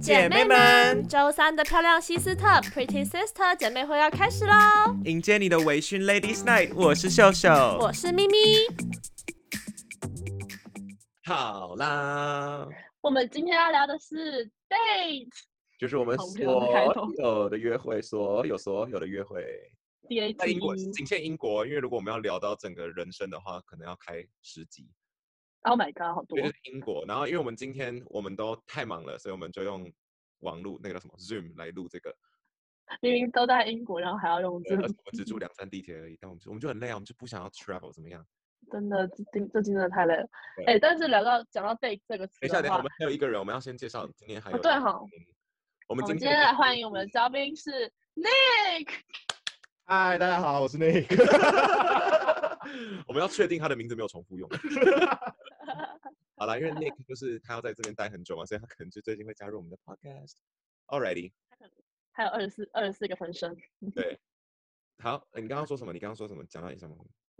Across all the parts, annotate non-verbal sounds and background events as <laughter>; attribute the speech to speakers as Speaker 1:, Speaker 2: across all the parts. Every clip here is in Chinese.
Speaker 1: 姐妹们，
Speaker 2: 周三的漂亮西斯特 Pretty Sister 姐妹会要开始喽！
Speaker 1: 迎接你的微醺 Ladies Night，我是秀秀，
Speaker 2: 我是咪咪。
Speaker 1: 好啦，
Speaker 3: 我们今天要聊的是 date，
Speaker 1: 就是我们
Speaker 3: 好
Speaker 1: 所
Speaker 3: 漂亮的开头
Speaker 1: 有的约会，所有所有的约会，
Speaker 3: d a
Speaker 4: 在
Speaker 3: t
Speaker 4: 英国仅限英国，因为如果我们要聊到整个人生的话，可能要开十集。
Speaker 3: Oh my god，好
Speaker 4: 所
Speaker 3: 多
Speaker 4: 以就是英国，然后因为我们今天我们都太忙了，所以我们就用网络那个叫什么 Zoom 来录这个，
Speaker 3: 明明都在英国，然后还要用
Speaker 4: 对啊
Speaker 3: 这
Speaker 4: 而且我们只住两站地铁而已，但我们就我们就很累啊，我们就不想要 travel 怎么样？
Speaker 3: 真的这这这真的太累了。
Speaker 4: 对
Speaker 3: 哎、但是聊到讲到 date 这个词
Speaker 4: 等一下，
Speaker 3: 的
Speaker 4: 等一下，
Speaker 3: 话
Speaker 4: 我，们还有一个人，我们要先介绍，今天还
Speaker 3: 哦
Speaker 4: 有
Speaker 3: 对
Speaker 4: 一个
Speaker 3: 吼
Speaker 4: 嗯我
Speaker 3: 我
Speaker 4: 们
Speaker 3: 们
Speaker 4: 今
Speaker 3: 今天来欢迎
Speaker 4: 我
Speaker 3: 我们的嘉宾是 Nick。 <laughs>
Speaker 5: 嗨，大家好，我是 Nick。
Speaker 4: 们， <laughs> 我们要确定他的名字没有重复用。好啦，因为 Nick 就是他要在这边待很久嘛，所以他可能就最近会加入我们的 podcast。Alrighty，
Speaker 3: 还有二十四二十四个分身，
Speaker 4: 好，你刚刚说什么？你刚刚说什么？讲到你什么？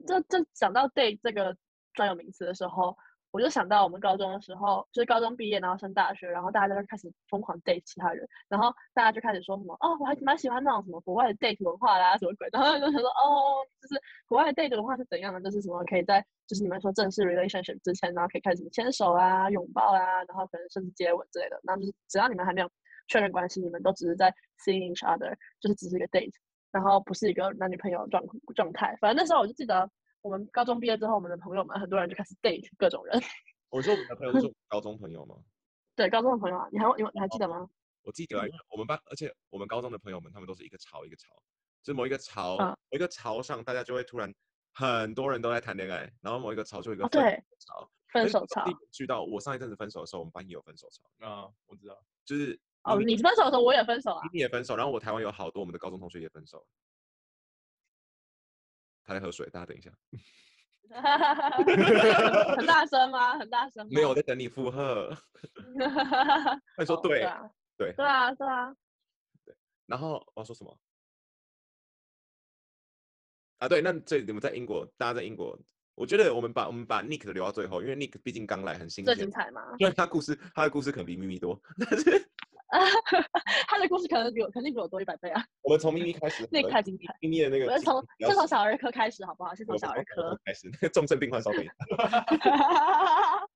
Speaker 3: 这这讲到 date 这个专有名词的时候，我就想到我们高中的时候，就是高中毕业，然后升大学，然后大家就开始疯狂 date 其他人，然后大家就开始说什么哦，我还蛮喜欢那种什么国外的 date 文化啦，什么鬼，然后就想说哦，就是国外的 date 文化是怎样的，就是什么可以在就是你们说正式 relationship 之前，然后可以开始什么牵手啊、拥抱啊，然后可能甚至接吻之类的，然后就是只要你们还没有确认关系，你们都只是在 seeing each other，就是只是一个 date。然后不是一个男女朋友状状态。反正那时候我就记得，我们高中毕业之后，我们的朋友们很多人就开始 date 各种人。
Speaker 4: 我说我们的朋友都是我们高中朋友吗？
Speaker 3: 对，高中的朋友啊，你还你还你还记得吗？
Speaker 4: 我记得
Speaker 5: 嗯
Speaker 4: 啊，因为我们班，而且我们高中的朋友们，他们都是一个潮一个潮，就是某一个潮，
Speaker 5: 嗯
Speaker 3: 啊
Speaker 4: 某一个潮上，大家就会突然很多人都在谈恋爱，然后某一个潮就有一个
Speaker 3: 哦，
Speaker 4: 分
Speaker 3: 对，
Speaker 4: 潮，
Speaker 3: 分手潮。
Speaker 4: 去到我上一阵子分手的时候，我们班也有分手潮，
Speaker 5: 啊，我知道。
Speaker 4: 就是
Speaker 3: 哦，
Speaker 4: 你
Speaker 3: 你分手的时候我也分手啊。
Speaker 4: 你也分手，然后我台湾有好多我们的高中同学也分手。他在喝水，大家等一下。
Speaker 3: <laughs> 很大声吗？很大声吗？ <laughs>
Speaker 4: 没有，我在等你附和。他说
Speaker 3: 哦
Speaker 4: 对，
Speaker 3: 啊，
Speaker 4: 对
Speaker 3: 对啊，对啊。
Speaker 4: 然后我要说什么？啊，对，那这你们在英国，大家在英国，我觉得我们把我们把 Nick 的留到最后，因为 Nick 毕竟刚来，很新
Speaker 3: 最精
Speaker 4: 鲜。
Speaker 3: 彩嘛，
Speaker 4: 虽然他故事，他的故事可能比咪咪多，但是
Speaker 3: 他的故事可能比我肯定比我多一百倍啊！
Speaker 4: 我们从咪咪开
Speaker 3: <laughs>
Speaker 4: 始好了，
Speaker 3: 那个太精彩，
Speaker 4: 咪咪的那
Speaker 3: 我
Speaker 4: 个
Speaker 3: 要
Speaker 4: 经
Speaker 3: 从
Speaker 4: 历比较呃
Speaker 3: 先从
Speaker 4: 少
Speaker 3: 小儿科开始，好不好？先
Speaker 4: 我们
Speaker 3: 从小
Speaker 4: 从
Speaker 3: 儿科。
Speaker 4: 开始，那个重症病患稍等一下。
Speaker 3: <laughs>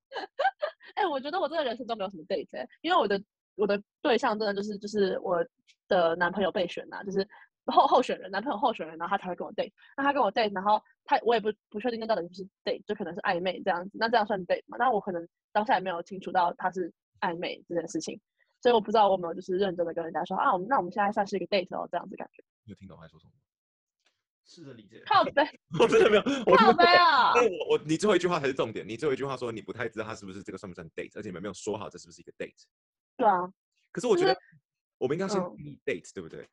Speaker 3: 哎、我觉得我真的人生中没有什么 date，、欸、因为我的我的对象真的就是就是我的男朋友备选呐、啊就是候候选人，男朋友候选人，然后他才会跟我 date。那他跟我 date，然后他我也不不确定那到底是不是 date，就可能是暧昧这样子。那这样算 date 吗？那我可能当下也没有清楚到他是暧昧这件事情，所以我不知道我有没有就是认真的跟人家说啊，我们那我们现在算是一个 date 哦，这样子感觉。
Speaker 4: <laughs> 你有听懂我在说什么吗？
Speaker 5: 试着理解。
Speaker 3: 靠背，
Speaker 4: <laughs>
Speaker 3: <laughs>
Speaker 4: 我真的没有，我
Speaker 3: 靠
Speaker 4: 听不
Speaker 3: 背
Speaker 4: 懂。
Speaker 3: 啊！
Speaker 4: 但我我你最后一句话才是重点，你最后一句话说你不太知道他是不是这个算不算 date，而且你们没有说好这是不是一个 date。
Speaker 3: 对啊，
Speaker 4: 可是我
Speaker 3: 就
Speaker 4: 觉得
Speaker 3: 是
Speaker 4: 我们应该先
Speaker 3: 嗯
Speaker 4: 定义 date，对不对？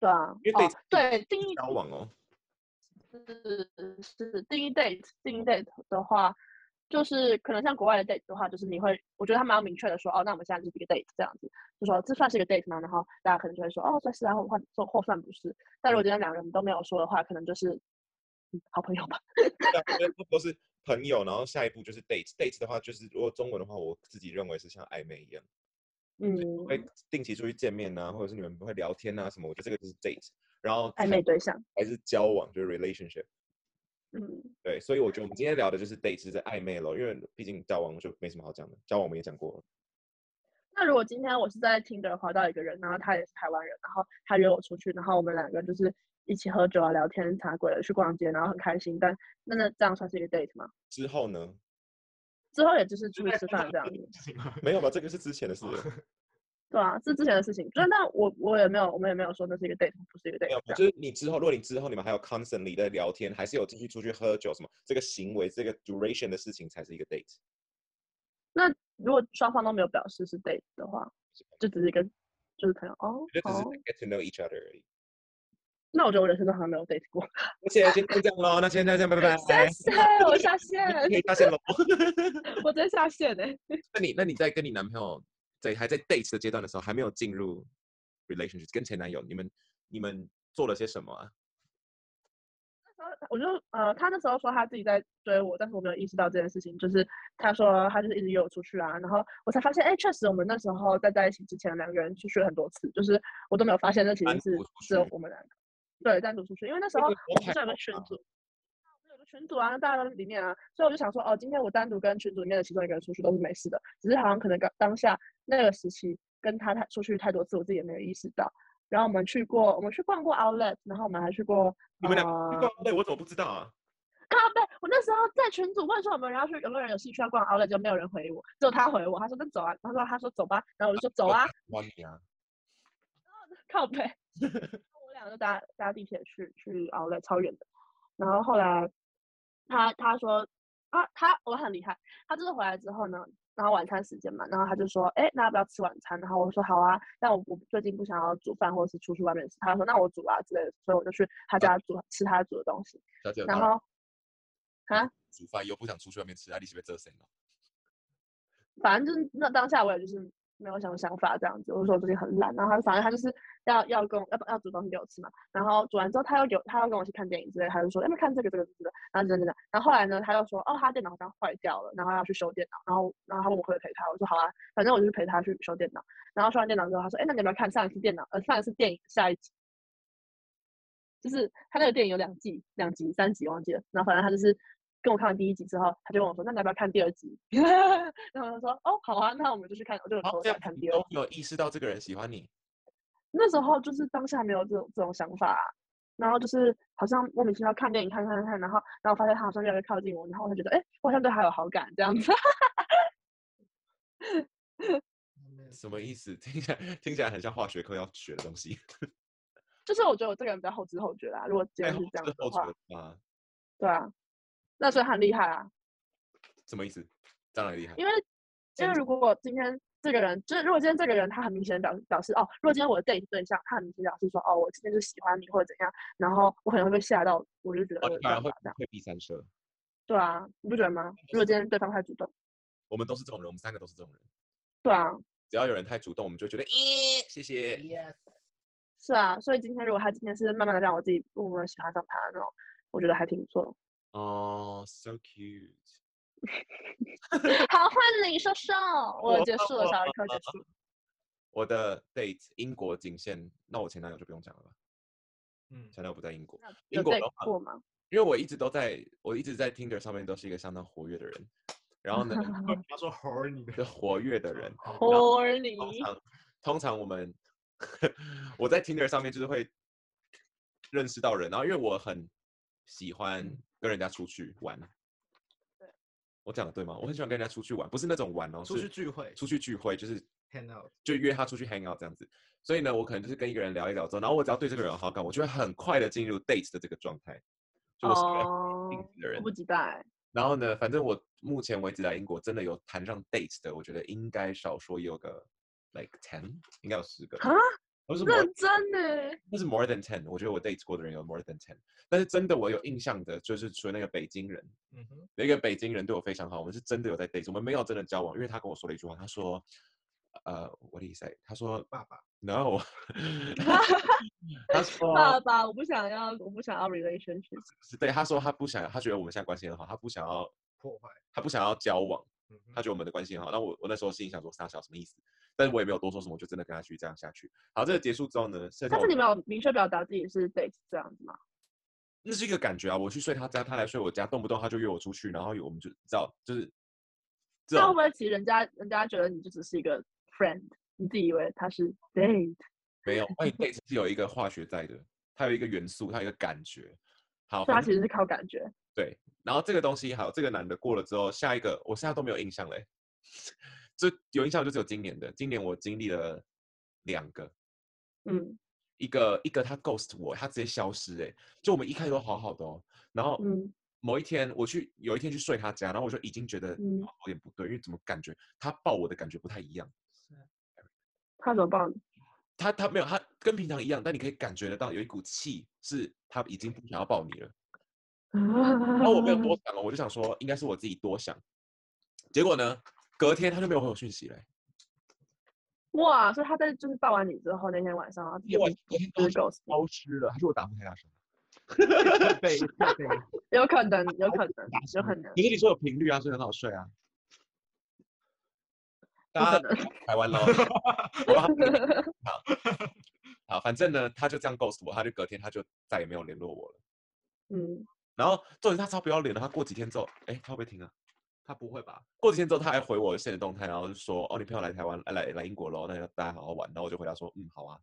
Speaker 3: 对啊，
Speaker 4: 因为
Speaker 3: 哦
Speaker 4: date
Speaker 3: 对定义
Speaker 4: 交往哦，
Speaker 3: 是是定义 date 定义 date 的话，就是可能像国外的 date 的话，就是你会，我觉得他蛮要明确的说，哦，那我们现在就是一个 date 这样子，就说这算是一个 date 吗？然后大家可能就会说，哦，算是啊，或或或或算不是。但如果今天两个人都没有说的话，可能就是、嗯、好朋友吧。
Speaker 4: <laughs> 对啊我觉得都是朋友，然后下一步就是 date。date 的话，就是如果中文的话，我自己认为是像暧昧一样，
Speaker 3: 嗯，
Speaker 4: 会定期出去见面啊，或者是你们会聊天啊什么。我觉得这个就是 date，然后
Speaker 3: 暧昧对象。
Speaker 4: 还是交往，就是 relationship。
Speaker 3: 嗯，
Speaker 4: 对，所以我觉得我们今天聊的就是 date，就是暧昧咯，因为毕竟交往就没什么好讲的，交往我们也讲过了。
Speaker 3: 那如果今天我是在听着滑到一个人，然后他也是台湾人，然后他约我出去，然后我们两个就是一起喝酒啊、聊天、茶鬼了、去逛街，然后很开心，但那那这样算是一个 date 吗？
Speaker 4: 之后呢？
Speaker 3: 之后也就是出去吃饭这样子。
Speaker 4: 没有吧？这个是之前的事了，
Speaker 3: 对啊，是之前的事情。就是那我我也没有，我们也没有说那是一个 date，不是一个
Speaker 4: 嗯没有
Speaker 3: date 这。样。
Speaker 4: 就是你之后，如果你之后你们还有 constantly 在聊天，还是有继续出去喝酒什么，这个行为这个 duration 的事情才是一个 date。
Speaker 3: 那如果双方都没有表示是 date 的话，就只是一个就是朋友哦
Speaker 4: 我觉得只是
Speaker 3: 哦。
Speaker 4: get to know each other 而已。
Speaker 3: 那我觉得我人生中好像没有 date 过。
Speaker 4: 谢谢，今天就这样喽，那今天就这样，拜
Speaker 3: <laughs>
Speaker 4: 拜。
Speaker 3: 谢谢，我下线，
Speaker 4: 可
Speaker 3: <laughs>
Speaker 4: 以下线喽。
Speaker 3: 我真下线哎、
Speaker 4: <laughs> 那你那你在跟你男朋友在还在 date 的阶段的时候，还没有进入 relationship 跟前男友，你们你们做了些什么啊？
Speaker 3: 那时候我就呃，他那时候说他自己在追我，但是我没有意识到这件事情。就是他说他就是一直约我出去啊，然后我才发现，哎，确实我们那时候在在一起之前，两个人出去了很多次，就是我都没有发现那其
Speaker 4: 单
Speaker 3: 实是
Speaker 4: 独出
Speaker 3: 只有
Speaker 4: 去
Speaker 3: 我们两个，对，单独出去，因为那时候
Speaker 4: 个
Speaker 3: 我
Speaker 4: 我
Speaker 3: 们
Speaker 4: 太
Speaker 3: 是有个
Speaker 4: 好
Speaker 3: 群
Speaker 4: 了
Speaker 3: 组。有个群组啊，那大家都里面啊，所以我就想说，哦，今天我单独跟群组里面的其中一个人出去都是没事的，只是好像可能刚当下那个时期跟他太出去太多次，我自己也没有意识到。然后我们去过，我们去逛过 Outlet，然后我们还去过
Speaker 4: 你们俩去
Speaker 3: 呃
Speaker 4: 逛对，我怎么不知道啊？
Speaker 3: 靠背，我那时候在群组问说我们要去有没有人有兴趣要逛 Outlet，就没有人回我，只有他回我，他说那走啊，他说他说走吧，然后我就说走啊，，
Speaker 4: 玩你啊！
Speaker 3: 靠背，我俩就搭搭地铁去去 Outlet 超远的，然后后来他他说啊他我很厉害，他这次回来之后呢，然后晚餐时间嘛，然后他就说哎那要不要吃晚餐？然后我说好啊，但我我最近不想要煮饭或者是出去外面吃，他说那我煮啊之类的，所以我就去他家煮吃他煮的东西，
Speaker 4: 小姐，
Speaker 3: 然
Speaker 4: 当然
Speaker 3: 后啊。
Speaker 4: 煮饭又不想出去外面吃，啊，你是被折神了。
Speaker 3: 反正就是那当下我也就是没有什么想法这样子，我就说我最近很懒，然后他反正他就是要要跟我要要煮东西给我吃嘛，然后煮完之后他又给我他要跟我去看电影之类，他就说要不要看这个这个这个，然后等等等，然后后来呢他又说哦他电脑好像坏掉了，然后要去修电脑，然后然后他问我会不会陪他，我说好啊，反正我就去陪他去修电脑，然后修完电脑之后他说哎那你要不要看上一次电脑呃上一次电影下一集？就是他那个电影有两季、两集、三集忘记了，然后反正他就是跟我看完第一集之后，他就问我说：“那你要不要看第二集？” <laughs> 然后我就说：“哦，好啊，那我们就去看。”我就有
Speaker 4: 好
Speaker 3: 说，
Speaker 4: 这
Speaker 3: 想
Speaker 4: 样
Speaker 3: 看
Speaker 4: 你
Speaker 3: 第二
Speaker 4: 都
Speaker 3: 集。
Speaker 4: 没有意识到这个人喜欢你，
Speaker 3: 那时候就是当下没有这种这种想法啊、然后就是好像莫名其妙看电影看看看，然后然后发现他好像越来越靠近我，然后我就觉得，哎，我好像对他有好感这样子。 <laughs>
Speaker 4: 什么意思？ <laughs> 听起来听起来很像化学课要学的东西。
Speaker 3: 就是我觉得我这个人比较后知后觉啦、如果今天
Speaker 4: 然
Speaker 3: 是
Speaker 4: 后
Speaker 3: 这样子
Speaker 4: 后
Speaker 3: 的话，
Speaker 4: 觉啊，
Speaker 3: 对啊，那所以他很厉害啊。
Speaker 4: 什么意思？当然厉害。
Speaker 3: 因为因
Speaker 4: 嗯
Speaker 3: 为如果今天这个人，就是如果今天这个人他很明显地表表示哦，如果今天我的 date 对象他很明显地表示说哦，我今天就喜欢你或者怎样，然后我可能会被吓到，我就觉得
Speaker 4: 哦，
Speaker 3: 呃
Speaker 4: 你反而
Speaker 3: 干
Speaker 4: 会
Speaker 3: 嘛这样，
Speaker 4: 退避三舍。
Speaker 3: 对啊，你不觉得
Speaker 4: <laughs>
Speaker 3: 吗？如果今天对方太主动，
Speaker 4: 我们都是这种人，我们三个都是这种人。
Speaker 3: 对啊，
Speaker 4: 只要有人太主动，我们就觉得，咦，谢谢。
Speaker 5: Yes，
Speaker 3: 是啊，所以今天如果他今天是慢慢的让我自己默默的喜欢上他的那种，我觉得还挺不错。
Speaker 4: 哦，so cute。
Speaker 3: <laughs> 好，换你说说，我
Speaker 4: 我
Speaker 3: 结束了，小一科结
Speaker 4: <laughs>
Speaker 3: 束。
Speaker 4: 我的 date 英国仅限，那我前男友就不用讲了吧？
Speaker 5: 嗯，
Speaker 4: 前男友不在英国，
Speaker 3: 有
Speaker 4: 英国
Speaker 3: date
Speaker 4: 的话，
Speaker 3: 过吗？
Speaker 4: 因为我一直都在，我一直在 Tinder 上面都是一个相当活跃的
Speaker 3: <laughs>
Speaker 4: 人，然后呢，
Speaker 5: 他说猴你
Speaker 4: 是活跃的
Speaker 5: <laughs>
Speaker 4: 人，
Speaker 3: 我你
Speaker 4: 通常通常我们 <laughs> 我在 Tinder 上面就是会认识到人，然后因为我很喜欢
Speaker 5: 嗯
Speaker 4: 跟人家出去玩，
Speaker 3: 对，
Speaker 4: 我讲的对吗？我很喜欢跟人家出去玩，不是那种玩哦，
Speaker 5: 出
Speaker 4: 是
Speaker 5: 去聚会
Speaker 4: 出去聚会，就是
Speaker 5: ，hang out，
Speaker 4: 就约他出去 hang out 这样子。所以呢，我可能就是跟一个人聊一聊之后，然后我只要对这个人有好感，我就会很快的进入 date 的这个状态。就我是一个
Speaker 3: 哦
Speaker 4: 很定，的
Speaker 3: 迫
Speaker 4: 人
Speaker 3: 不及待。
Speaker 4: 然后呢，反正我目前为止来英国真的有谈上 date 的，我觉得应该少说也有个 like ten，应该有十个。
Speaker 3: 啊，
Speaker 4: 不是 more
Speaker 3: 认真呢。
Speaker 4: 那是 more than ten，我觉得我 date 过的人有 more than ten，但是真的我有印象的，就是除了那个北京人，
Speaker 5: 嗯哼，
Speaker 4: 有一个北京人对我非常好，我们是真的有在 date，我们没有真的交往，因为他跟我说了一句话，他说，呃，what did he say？他说
Speaker 5: 爸爸，
Speaker 4: no，他说
Speaker 3: 爸爸，我不想要，我不想要 relationship。
Speaker 4: 哦是对，他说他不想，他觉得我们现在关系很好，他不想要，
Speaker 5: 破坏，
Speaker 4: 他不想要交往，
Speaker 5: 嗯哼
Speaker 4: 他觉得我们的关系很好。那我我那时候心里想说傻小什么意思？但是我也没有多说什么，我就真的跟他去这样下去。好，这个结束之后呢，剩下
Speaker 3: 但
Speaker 4: 我
Speaker 3: 是
Speaker 4: 们
Speaker 3: 你没有明确表达自己是 date 这样子吗？
Speaker 4: 那是一个感觉啊，我去睡他家，他来睡我家，动不动他就约我出去，然后有我们就知道就是啊这
Speaker 3: 那会
Speaker 4: 种
Speaker 3: 不会其实人家人家觉得你就只是一个 friend，你自己以为他是 date？
Speaker 4: 没有，哎关于 date 是有一个化学在的，它有一个元素，它有一个感觉。好，
Speaker 3: 所以他
Speaker 4: 反
Speaker 3: 其
Speaker 4: 正
Speaker 3: 实是靠感觉。
Speaker 4: 对，然后这个东西好，这个男的过了之后，下一个我现在都没有印象嘞， <laughs> 就有印象就只有今年的，今年我经历了两个，
Speaker 3: 嗯
Speaker 4: 一个一个他 ghost 我，他直接消失哎、就我们一开始都好好的哦，然后
Speaker 3: 嗯
Speaker 4: 某一天我去有一天去睡他家，然后我就已经觉得
Speaker 3: 嗯
Speaker 4: 有点不对，因为怎么感觉他抱我的感觉不太一样，
Speaker 3: 他怎么帮你？
Speaker 4: 他他没有他跟平常一样，但你可以感觉得到有一股气是他已经不想要抱你了，然哦后我没有
Speaker 3: <laughs>
Speaker 4: 多想了，我就想说应该是我自己多想，结果呢隔天他就没有回我讯息嘞、
Speaker 3: 哇，所以他在就是抱完你之后那天晚上，他
Speaker 4: 因为我隔天
Speaker 3: 就
Speaker 4: 早
Speaker 3: 是
Speaker 4: 上
Speaker 3: ghost
Speaker 4: <laughs>
Speaker 3: 你。
Speaker 4: 消失了，还是我打呼太大声了？
Speaker 5: 背背，
Speaker 3: 有可能，有可能，有可能，
Speaker 4: 可嗯是你说有频率啊，所以很好睡啊。
Speaker 3: 有可
Speaker 4: 大家
Speaker 3: 能。
Speaker 4: 台湾喽，我帮他好，反正呢，他就这样 ghost 我，他就隔天他就再也没有联络我了。
Speaker 3: <laughs> 嗯，
Speaker 4: 然后重点是他超不要脸的，他过几天之后，哎，他会不会听啊？
Speaker 5: 他不会吧？
Speaker 4: 过几天之后他还回我现实动态，然后就说，哦，你朋友来台湾，哎来来英国喽，那大家好好玩。然后我就回答说，嗯，好啊。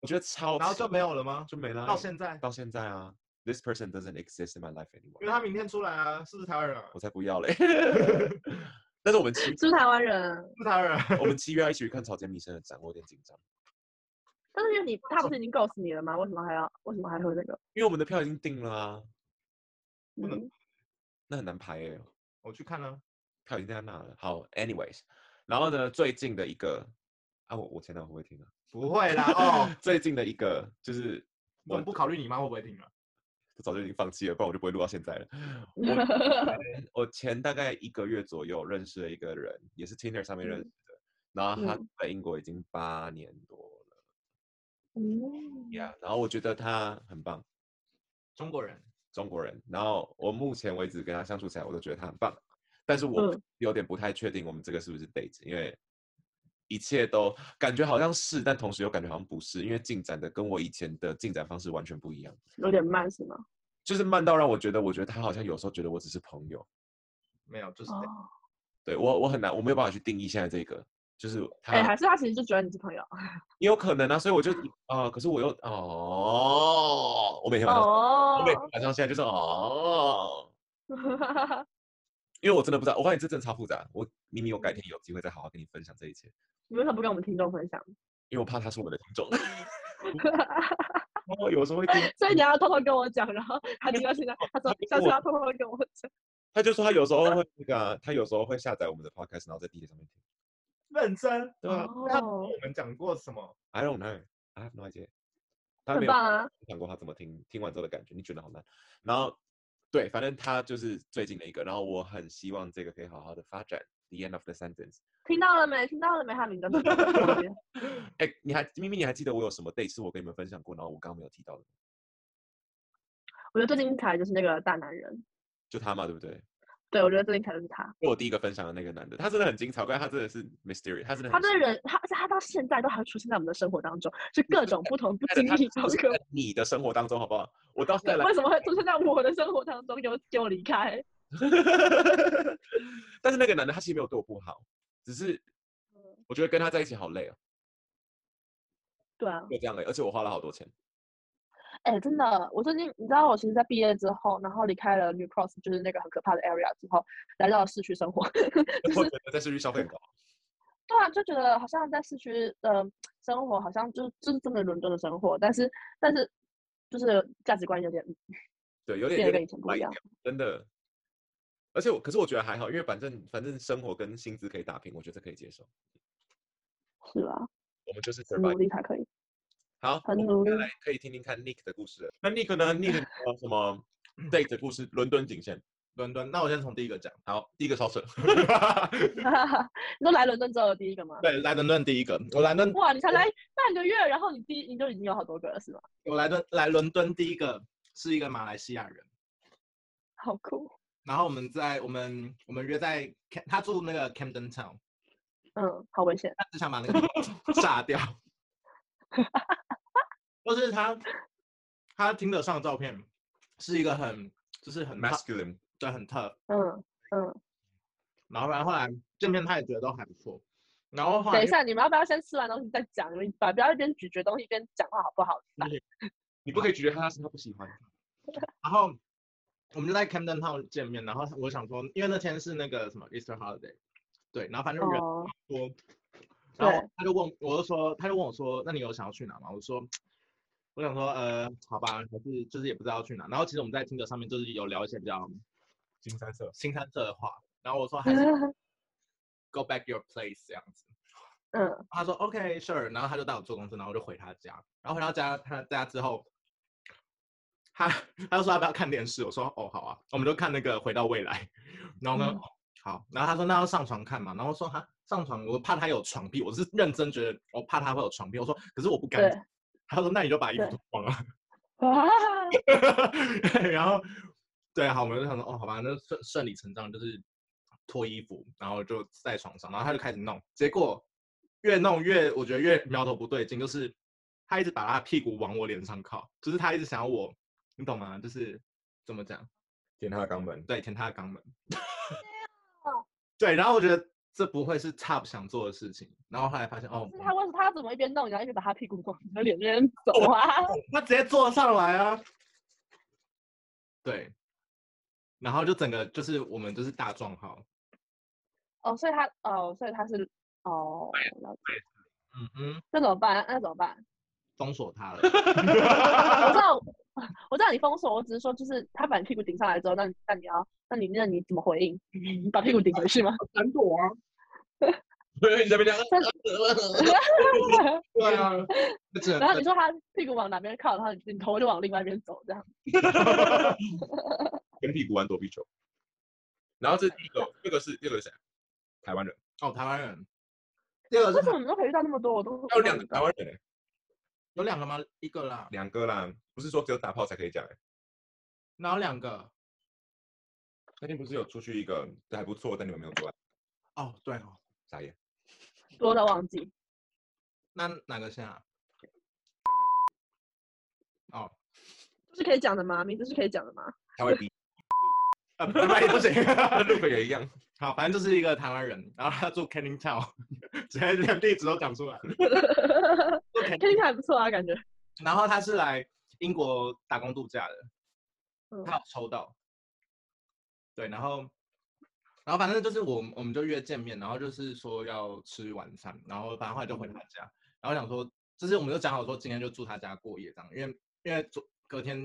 Speaker 4: 我觉得超，
Speaker 5: 然后就没有了吗？
Speaker 4: 就没了啊，
Speaker 5: 到现在，
Speaker 4: 到现在啊，this person doesn't exist in my life
Speaker 5: 因为他
Speaker 4: anymore。
Speaker 5: 明天出来啊，是不是台湾人啊？
Speaker 4: 我才不要
Speaker 5: <laughs>
Speaker 4: 嘞！ <laughs> 但是我们七
Speaker 3: 是台湾人，
Speaker 5: 是台湾人。啊
Speaker 4: 我们七月要一起去看草间弥生的展，我有点紧张，
Speaker 3: 但是你他不是已经告诉你了吗？为什么还要？为什么还会这个？
Speaker 4: 因为我们的票已经订了啊，
Speaker 5: 不能
Speaker 3: 嗯，
Speaker 4: 那很难排哎、
Speaker 5: <laughs> 我去看了，
Speaker 4: 票已经在那了。好，anyways，然后呢，最近的一个啊，我我前男友会不会听啊？
Speaker 5: 不会啦 <laughs> 哦。
Speaker 4: 最近的一个就是
Speaker 5: 我们不考虑你妈会不会听啊？
Speaker 4: 早就已经放弃了，不然我就不会录到现在了。
Speaker 3: 嗯 <laughs>
Speaker 4: 我前大概一个月左右认识了一个人，也是 Tinder 上面认识的，然后他
Speaker 3: 嗯
Speaker 4: 在英国已经八年多了
Speaker 3: 嗯，
Speaker 4: 呀。然后我觉得他很棒，
Speaker 5: 中国人，
Speaker 4: 中国人。然后我目前为止跟他相处起来，我都觉得他很棒，但是我
Speaker 3: 嗯
Speaker 4: 有点不太确定我们这个是不是 date，因为一切都感觉好像是，但同时又感觉好像不是，因为进展的跟我以前的进展方式完全不一样，
Speaker 3: 有点慢是吗？
Speaker 4: 就是慢到让我觉得，我觉得他好像有时候觉得我只是朋友，
Speaker 5: 没有，就是
Speaker 3: 哦，
Speaker 4: 对我我很难，我没有办法去定义现在这个。就是他、
Speaker 3: 哎，还是他其实就觉得你是朋友。
Speaker 4: 也有可能啊，所以我就啊、可是我又哦，我每天晚上，
Speaker 3: 哦
Speaker 4: 我每天晚上现在就是哦，因为我真的不知道，我发现这真的超复杂。我明明我
Speaker 3: 嗯
Speaker 4: 改天有机会再好好跟你分享这一切，
Speaker 3: <laughs> 你为什么不跟我们听众分享？ <laughs>
Speaker 4: 因为我怕他是我们的听众。 <laughs> 哦，有时候会听，
Speaker 3: 所以你要偷偷跟我讲，然后他听到
Speaker 4: 哦
Speaker 3: 现在，他说下次要偷偷跟我讲。
Speaker 4: 他就说他有时候会那个啊、他有时候会下载我们的 podcast，然后在地铁上面听。
Speaker 5: 认真。
Speaker 4: 对啊
Speaker 5: 他跟
Speaker 3: 哦
Speaker 5: 我们讲过什么？
Speaker 4: ，I don't know，I have no idea。他
Speaker 3: 很
Speaker 4: 没有
Speaker 3: 棒啊！
Speaker 4: 讲过他怎么听，听完之后的感觉，你觉得好难。然后对，反正他就是最近的一个，然后我很希望这个可以好好的发展。The end of the
Speaker 3: <laughs>
Speaker 4: sentence。
Speaker 3: 听到了没？听到了没？他
Speaker 4: <laughs>
Speaker 3: 名字在旁边
Speaker 4: 哎、你还明明你还记得我有什么 day 是我跟你们分享过，然后我刚刚没有提到的，
Speaker 3: 我觉得最精彩的就是那个大男人，
Speaker 4: 就他嘛，对不对？
Speaker 3: 对我觉得最精彩的是他。
Speaker 4: 就我第一个分享的那个男的，他真的很精彩，我感觉他真的是 mysterious，他真的
Speaker 3: 他
Speaker 4: 很
Speaker 3: 这个人，他他到现在都还出现在我们的生活当中，就各种不
Speaker 4: <laughs>
Speaker 3: 同不
Speaker 4: 他
Speaker 3: 经
Speaker 4: 他
Speaker 3: 意，
Speaker 4: 出
Speaker 3: 好
Speaker 4: 现
Speaker 3: 可
Speaker 4: 在你的生活当中，好不好？我到现在来
Speaker 3: 怕。为什么会出现在我的生活当中？给我给我离开！
Speaker 4: <laughs> 但是那个男的他其实没有对我不好，只是
Speaker 3: 嗯
Speaker 4: 我觉得跟他在一起好累哦，
Speaker 3: 对啊，
Speaker 4: 就这样的，而且我花了好
Speaker 3: <laughs>
Speaker 4: 多钱。
Speaker 3: 哎、真的，我最近你知道，我其实，在毕业之后，然后离开了 New Cross，就是那个很可怕的 area 之后，来到了市区生活。 <laughs>
Speaker 4: 我觉得在市区消费很高，
Speaker 3: 对啊，就觉得好像在市区，呃，生活好像就是就是真的伦敦的生活，但是但是就是价值观有点
Speaker 4: 对，有点
Speaker 3: 变
Speaker 4: 有
Speaker 3: 得跟
Speaker 4: 点
Speaker 3: 以前不
Speaker 4: 慢一
Speaker 3: 一样
Speaker 4: 点。，真的。而且我，可是我觉得还好，因为反正反正生活跟薪资可以打平，我觉得这可以接受。
Speaker 3: 是啊，
Speaker 4: 我们就是
Speaker 3: 努
Speaker 4: survive。
Speaker 3: 力才可以。
Speaker 4: 好，
Speaker 3: 嗯很
Speaker 4: 我们
Speaker 3: 努
Speaker 4: 再
Speaker 3: 力
Speaker 4: 来可以听听看 Nick 的故事了。那 Nick 呢？Nick
Speaker 3: <laughs>
Speaker 4: 有什么
Speaker 3: 嗯
Speaker 4: date 的故事？伦敦仅限。
Speaker 5: 伦敦，那我先从第一个讲。 <laughs>
Speaker 4: 好，第一个超扯， <laughs>
Speaker 3: <laughs> 你都来伦敦之后的第一个吗？
Speaker 5: 对，来伦敦第一个，我来伦，
Speaker 3: 哇，你才来半个月，然后你第一你就已经有好多个了，是吗？
Speaker 5: 我来伦来伦敦第一个是一个马来西亚人，
Speaker 3: 好酷，
Speaker 5: 然后我们在我们我们约在 Cam- 他住那个 Camden Town，
Speaker 3: 嗯，好危险。
Speaker 5: 他只想把那个
Speaker 4: <laughs>
Speaker 5: 炸掉，就是他他听得上的照片是一个很就是很 tough，
Speaker 4: masculine。
Speaker 5: 对，很 tough，
Speaker 3: 嗯嗯，
Speaker 5: 然后后来后来见面他也觉得都还不错，然后后来
Speaker 3: 等一
Speaker 5: 就
Speaker 3: 下，你们要不要先吃完东西再讲？你把不要一边咀嚼东西一边讲话，好不好？
Speaker 4: 你不可以拒绝他，是他不喜欢。
Speaker 5: 然后我们就在 Camden Town 见面，然后我想说，因为那天是那个什么 Easter holiday，对，然后反正人
Speaker 3: 哦，
Speaker 5: 多，然后
Speaker 3: 对
Speaker 5: 他就问，我就说，他就问我说，那你有想要去哪吗？我说，我想说，呃，好吧，还是就是也不知道要去哪。然后其实我们在听的上面就是有聊一些比较
Speaker 4: 金三色，
Speaker 5: 新三色的话，然后我说还是 go back your place 这样子。
Speaker 3: 嗯，
Speaker 5: 他说 OK sure，然后他就带我坐公车，然后我就回他家，然后回到家他家之后，他他就说要不要看电视，我说哦好啊，我们就看那个《回到未来》，然后呢、
Speaker 3: 嗯
Speaker 5: 好，然后他说那要上床看嘛，然后我说哈上床我怕他有床癖，我是认真觉得我怕他会有床癖，我说可是我不敢
Speaker 3: 对，
Speaker 5: 他说那你就把衣服
Speaker 3: 对
Speaker 5: 脱光啊，
Speaker 3: 啊，
Speaker 5: <laughs> 然后对，好，我们就想说，哦，好吧，那顺顺理成章就是脱衣服，然后就在床上，然后他就开始弄，结果越弄越，我觉得越苗头不对劲，就是他一直把他的屁股往我脸上靠，就是他一直想要我，你懂吗？就是怎么讲，
Speaker 4: 舔他的肛门，
Speaker 5: 对，舔他的肛门。 <laughs> 对，然后我觉得这不会是 Top 想做的事情，然后后来发现，哦，
Speaker 3: 是他为什么他怎么一边弄，然后一边把他屁股往你的脸那边走啊？
Speaker 5: 他直接坐上来啊。对，然后就整个就是我们就是大壮号，
Speaker 3: 哦，所以他哦，所以他是哦，
Speaker 5: 哎
Speaker 3: 了解
Speaker 5: 嗯哼，
Speaker 3: 那怎么办？那怎么办？
Speaker 5: 封锁他了。 <laughs>
Speaker 3: 我知道， <laughs> 我知道你封锁，我只是说，就是他把你屁股顶上来之后，那你那你要，那你那你怎么回应？ <laughs> 你把屁股顶回去吗？
Speaker 5: 闪躲啊！
Speaker 4: <laughs> 你在那边这样
Speaker 5: 对啊， <laughs> 那只能
Speaker 3: 然后你说他屁股往哪边靠，然后你你头就往另外一边走，这样。
Speaker 4: 跟屁股玩躲避球。然后这第一 <laughs> 个，这个是这个是谁？啊台湾人，
Speaker 5: 哦，台湾人。第二
Speaker 3: 为
Speaker 5: 个
Speaker 3: 什
Speaker 5: 是
Speaker 3: 么你们都可以遇到那么多？我都
Speaker 4: 还有两个台湾人欸，
Speaker 5: 有两个吗？一个啦，
Speaker 4: 两个啦，不是说只有打炮才可以讲欸。
Speaker 5: 然后两个。
Speaker 4: 那天不是有出去一个还不错，但你们没有做爱，
Speaker 5: 哦，对哦，
Speaker 4: 傻眼。
Speaker 3: 多到忘记。
Speaker 5: 那哪个先啊？哦，
Speaker 3: 这是可以讲的吗？名字是可以讲的吗？
Speaker 4: 他会 <laughs> 逼，
Speaker 5: <laughs> 啊，不不不行， <laughs>
Speaker 4: 跟路北也一样。
Speaker 5: 好，反正就是一个台湾人，然后他住 Canning Town，直 <laughs> 接连地址都讲出来。
Speaker 3: <laughs>
Speaker 5: 住 Canning
Speaker 3: 听起来还不错啊，感觉。
Speaker 5: 然后他是来英国打工度假的，
Speaker 3: 嗯
Speaker 5: 他有抽到。对，然后，然后反正就是我们我们就约见面，然后就是说要吃晚餐，然后反正后来就回他家，然后想说，就是我们就讲好说今天就住他家过夜这样，因为因为昨隔天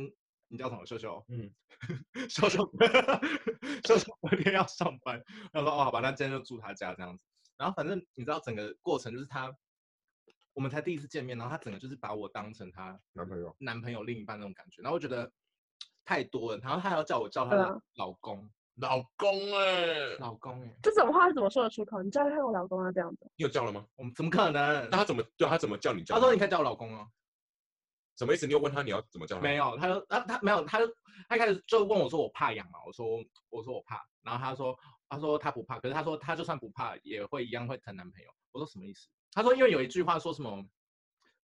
Speaker 5: 你叫什么秀秀，嗯
Speaker 4: 嗯，
Speaker 5: <laughs> 秀秀 <laughs> 秀秀隔天要上班，然后说哦好吧，那今天就住他家这样子。然后反正你知道整个过程就是他，我们才第一次见面，然后他整个就是把我当成他
Speaker 4: 男朋友，
Speaker 5: 男朋友另一半那种感觉，然后我觉得太多了，然后他还要叫我叫他
Speaker 3: 对
Speaker 5: 老
Speaker 3: 啊
Speaker 5: 老公，
Speaker 4: 老公哎，
Speaker 5: 老公哎，
Speaker 3: 这种话是怎么说得出口？你叫他我老公啊这样子，
Speaker 4: 你有叫了吗？
Speaker 5: 我们怎么可能
Speaker 4: 那？他怎么对啊他怎么叫你叫？
Speaker 5: 他说你可以叫我老公哦，
Speaker 4: 什么意思？你又问他你要怎么叫他？
Speaker 5: 没有，他就他他没有，他就他一开始就问我说我怕痒嘛，我说我说我怕，然后他说他说他不怕，可是他说他就算不怕也会一样会疼男朋友，我说什么意思？他说因为有一句话说什么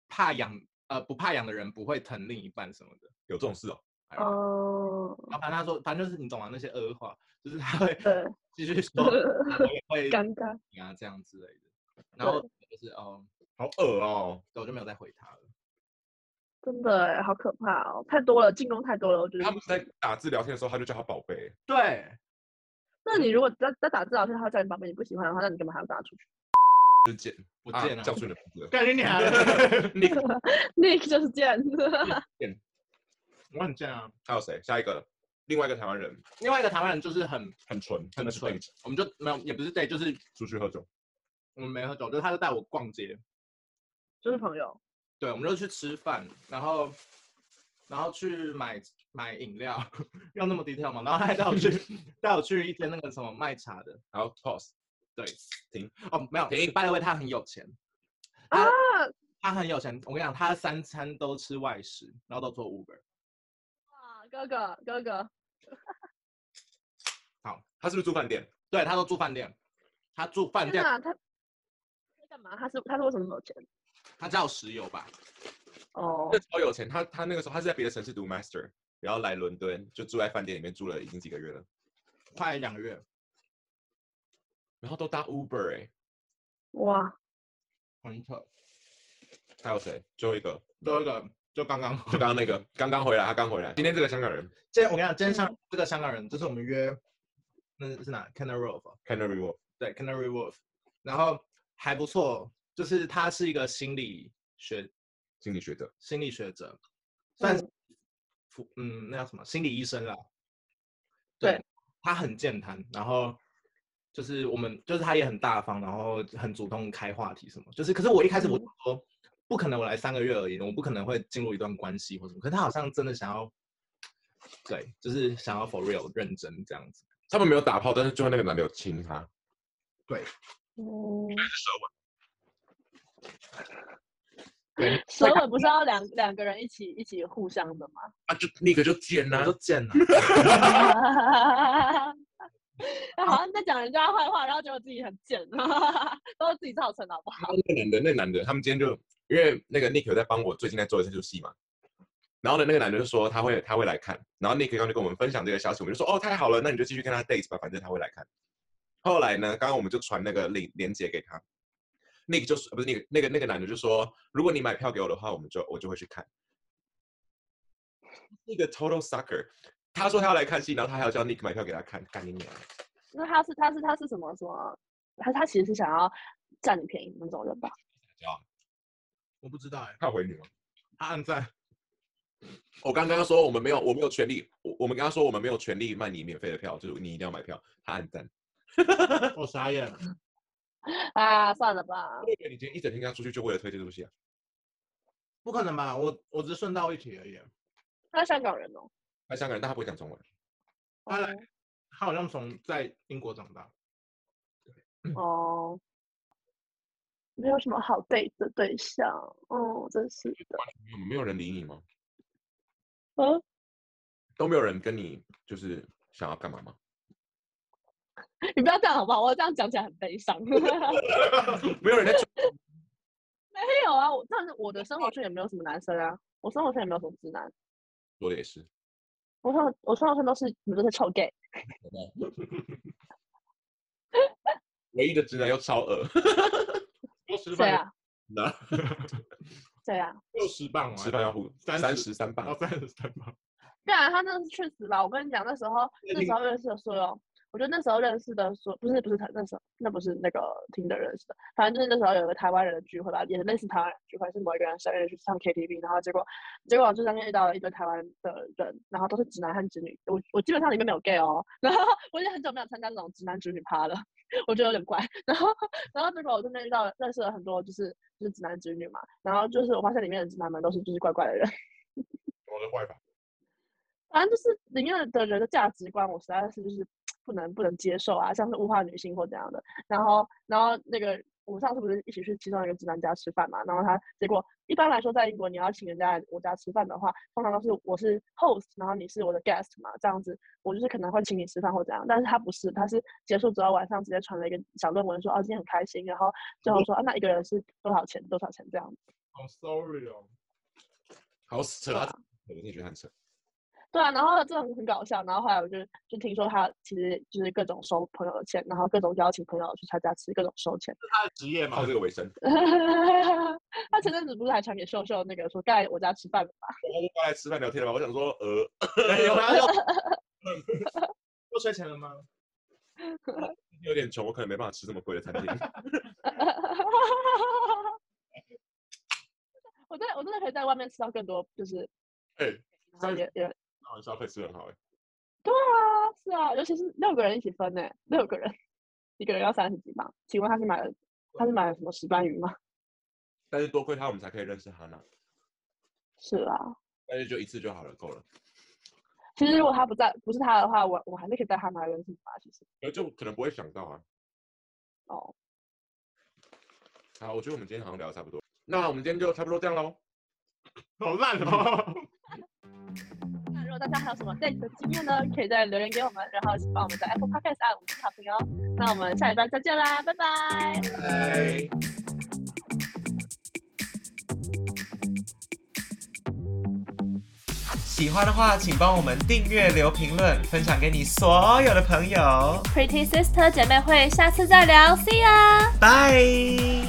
Speaker 5: 怕痒呃不怕痒的人不会疼另一半什么的，
Speaker 4: 有这种事哦。
Speaker 5: 哎呦
Speaker 3: 哦，
Speaker 5: 然后反正他说反正就是你懂吗、那些恶话，就是他会
Speaker 3: 对，
Speaker 5: 继续
Speaker 4: 哦
Speaker 5: 说我也
Speaker 3: <laughs>
Speaker 5: 会
Speaker 3: 尴尬。
Speaker 5: 你啊这样之类的。然后就是哦，
Speaker 4: 好恶哦！
Speaker 5: 对我就没有再回他了。
Speaker 3: 真的欸好可怕哦，太多了，进攻太多了，我觉得
Speaker 4: 他。们在打字聊天的时候，他就叫他宝贝。
Speaker 5: 对，
Speaker 3: 那你如果在在打字老师，他叫你宝贝，你不喜欢的话，那你干嘛还要跟他出去
Speaker 5: 不
Speaker 4: 啊
Speaker 5: 见了，
Speaker 4: 叫出你的名字。
Speaker 5: 干你娘！啊 <laughs>
Speaker 3: <laughs> ？Nick 就是贱，
Speaker 5: 我很贱啊。
Speaker 4: 还有谁？下一个，另外一个台湾人，
Speaker 5: 另外一个台湾人就是很
Speaker 4: 很纯，真
Speaker 5: 很
Speaker 4: 的是
Speaker 5: 纯
Speaker 4: date，
Speaker 5: 我们就没有也不是对，就是
Speaker 4: 出去喝酒。
Speaker 5: 我们没喝酒，就是他就带我逛街，
Speaker 3: 就是朋友。
Speaker 5: 对，我们就去吃饭，然后然后去买买饮料， <laughs> 要那么低调吗？然后他还带我 <laughs> 去带我去一间那个什么卖茶的，
Speaker 4: 然后 pause，
Speaker 5: 对，
Speaker 4: 停
Speaker 5: 哦，没有，
Speaker 4: 停
Speaker 5: 拜了位他很有钱，
Speaker 3: 啊，
Speaker 5: 他很有钱，我跟你讲，他三餐都吃外食，然后都做 Uber。
Speaker 3: 哥哥哥哥，
Speaker 4: 他是不是住饭店？
Speaker 5: 对他都住饭店，他住饭
Speaker 3: 天
Speaker 5: 店，
Speaker 3: 哪，他他干嘛？他是他是为什么那么有钱？
Speaker 5: 他叫石油吧？
Speaker 3: 哦
Speaker 4: 那，超有钱。他他那个时候他是在别的城市读 master，然后来伦敦就住在饭店里面住了已经几个月了，
Speaker 5: 快两个月，
Speaker 4: 然后都搭 Uber 哎。
Speaker 3: 哇，
Speaker 5: 很扯。
Speaker 4: 还有谁？最后一个，
Speaker 5: 最后一个就刚刚，
Speaker 4: 就刚刚那个，刚刚回来，他刚回来。今天这个香港人
Speaker 5: 今天我跟你讲，今天香这个香港人，就是我们约，那是哪？Canary Wharf，啊
Speaker 4: Canary Wharf，
Speaker 5: 对，Canary Wharf，然后还不错，就是他是一个心理学
Speaker 4: 心理学者，
Speaker 5: 心理学者，算是
Speaker 3: 嗯
Speaker 5: 辅嗯那叫什么心理医生啦。
Speaker 3: 对，
Speaker 5: 他很健谈，然后就是我们就是他也很大方，然后很主动开话题什么。就是可是我一开始我
Speaker 3: 嗯
Speaker 5: 就说、不可能，我来三个月而已，我不可能会进入一段关系或什么。可是他好像真的想要，对，就是想要 for real 认真这样子。
Speaker 4: 他们没有打炮，但是最后那个男的有亲他，
Speaker 3: 哦嗯，
Speaker 5: 对
Speaker 3: 舌吻不是要两两个人一起一起互相的吗？ <laughs>
Speaker 4: 啊，就那个就啊贱呐、
Speaker 5: 我就贱了。
Speaker 3: 好像在讲人家坏话，然后觉得自己很贱， <laughs> 都是自己造成的，好不好？
Speaker 4: 然后那个男的，那个男的，他们今天就因为那个 Nick 有在帮我最近在做这出戏嘛，然后呢，那个男的就说他会他会来看，然后 Nick 刚刚就跟我们分享这个消息，我们就说哦太好了，那你就继续跟他 date 吧，反正他会来看。后来呢，刚刚我们就传那个链链接给他，Nick 就是呃不是那个那个那个男的就说，如果你买票给我的话，我们就我就会去看。那个 total sucker，他说他要来看戏，然后他还要叫 Nick 买票给他看，干你娘！
Speaker 3: 那他是他是他是什么什么？他他其实是想要占你便宜的那种人吧？
Speaker 5: <laughs> 我不知道哎，
Speaker 4: 他回你吗？
Speaker 5: 他按赞，
Speaker 4: 我刚刚说我们没有，我没有权利，我我们刚刚说我们没有权利卖你免费的票，就是你一定要买票。他按赞，
Speaker 5: 我傻眼了。
Speaker 3: 啊，算了吧
Speaker 4: 我。以为你今天一整天跟他出去就为了推这东西啊？
Speaker 5: 不可能吧？我我只是顺道一提而已。
Speaker 3: 他是香港人哦。
Speaker 4: 他香港人，但他不会讲中文。
Speaker 5: 他来
Speaker 3: 哦
Speaker 5: 他好像从在英国长大，嗯
Speaker 3: 哦，没有什么好 date 的对象，嗯，真
Speaker 5: <laughs>
Speaker 3: 是的，
Speaker 4: 没有没有人理你吗？
Speaker 3: 嗯，
Speaker 4: 都没有人跟你就是想要干嘛吗？ <laughs>
Speaker 3: 你不要这样好不好？我这样讲起来很悲
Speaker 5: <laughs>
Speaker 3: 伤。没
Speaker 4: 没有人在追
Speaker 3: 有啊，我但是我的生活圈也没有什么男生啊，我生活圈也没有什么直男，
Speaker 4: 我的也是。
Speaker 3: 我生活我生活圈都是你们这些臭 gay。
Speaker 4: 唯一的直男又超恶，
Speaker 5: 吃
Speaker 3: 对
Speaker 5: 饭
Speaker 3: 啊，
Speaker 4: 那
Speaker 3: 对啊，
Speaker 5: 六十磅哦，
Speaker 4: 吃饭要互
Speaker 5: 三
Speaker 4: 三
Speaker 5: 十
Speaker 4: 十三
Speaker 5: 到
Speaker 4: 磅，
Speaker 5: 三十三磅，
Speaker 3: 对啊，他真的是去死吧！我跟你讲，那时候那时候认识的所有，我觉得那时候认识的所不是不是他那时候那不是那个听的认识的，反正就是那时候有个台湾人的聚会吧，也是类似台湾人的聚会，是某一个人生日去唱 KTV，然后结果结果我就上面遇到了一堆台湾的人，然后都是直男和直女，我我基本上里面没有 gay 哦，然后我已经很久没有参加这种直男直女趴了。我觉得有点怪，然后，然后结果我这边遇到了认识了很多就是就是直男直女嘛，然后就是我发现里面的直男们都是就是怪怪的人，
Speaker 5: 我的坏法。
Speaker 3: 反正就是里面的人的价值观，我实在是就是不能不能接受啊，像是物化女性或怎样的。然后，然后那个我们上次不是一起去其中一个直男家吃饭嘛，然后他结果一般来说在英国你要请人家来我家吃饭的话，通常都是我是 host，然后你是我的 guest 嘛，这样子我就是可能会请你吃饭或怎样，但是他不是，他是结束之后晚上直接传了一个小论文说哦今天很开心，然后最后说啊那一个人是多少钱多少钱这样子。
Speaker 5: 好 sorry 哦，
Speaker 4: 好扯啊！我也觉得很扯。
Speaker 3: 对啊，然后这种很搞笑，然后后来我就就听说他其实就是各种收朋友的钱，然后各种邀请朋友去他家吃，各种收钱。 <laughs>
Speaker 5: 他的职业嘛
Speaker 4: 靠，这个为生，
Speaker 3: 他前阵子不是还传给秀秀那个说该来我家吃饭了吧？
Speaker 4: <laughs> 我过来吃饭聊天了吧？我想说，呃，
Speaker 5: 有 <laughs> 他要又缺钱了吗？
Speaker 4: 有点穷，我可能没办法吃这么贵的餐厅。 <laughs>
Speaker 3: <laughs> 我真的我真的可以在外面吃到更多，就是
Speaker 4: 哎、
Speaker 3: 然后
Speaker 4: 在
Speaker 3: 也也
Speaker 4: 开玩笑，费吃很好哎、
Speaker 3: 对啊，是啊，尤其是六个人一起分呢，六个人一个人要三十几磅。请问他是买了他是买了什么石斑鱼吗？
Speaker 4: 但是多亏他，我们才可以认识哈娜。
Speaker 3: 是啊，
Speaker 4: 但是就一次就好了，够了。
Speaker 3: 其实如果他不在不是他的话，我我还是可以带他买认识吧，其实
Speaker 4: 呃，就可能不会想到啊。
Speaker 3: 哦。
Speaker 4: 好，我觉得我们今天好像聊的差不多，那我们今天就差不多这样喽。
Speaker 5: 好烂哦。 <laughs>
Speaker 3: 那如果大家还有什么 date 的经验呢，可以在留言给我们，然后帮我们在 Apple Podcast 按五星好评哦。那我们下礼拜再见啦，拜拜。
Speaker 1: 喜欢的话，请帮我们订阅、留评论、分享给你所有的朋友。
Speaker 2: Pretty Sister 姐妹会，下次再聊，See ya。
Speaker 1: 拜。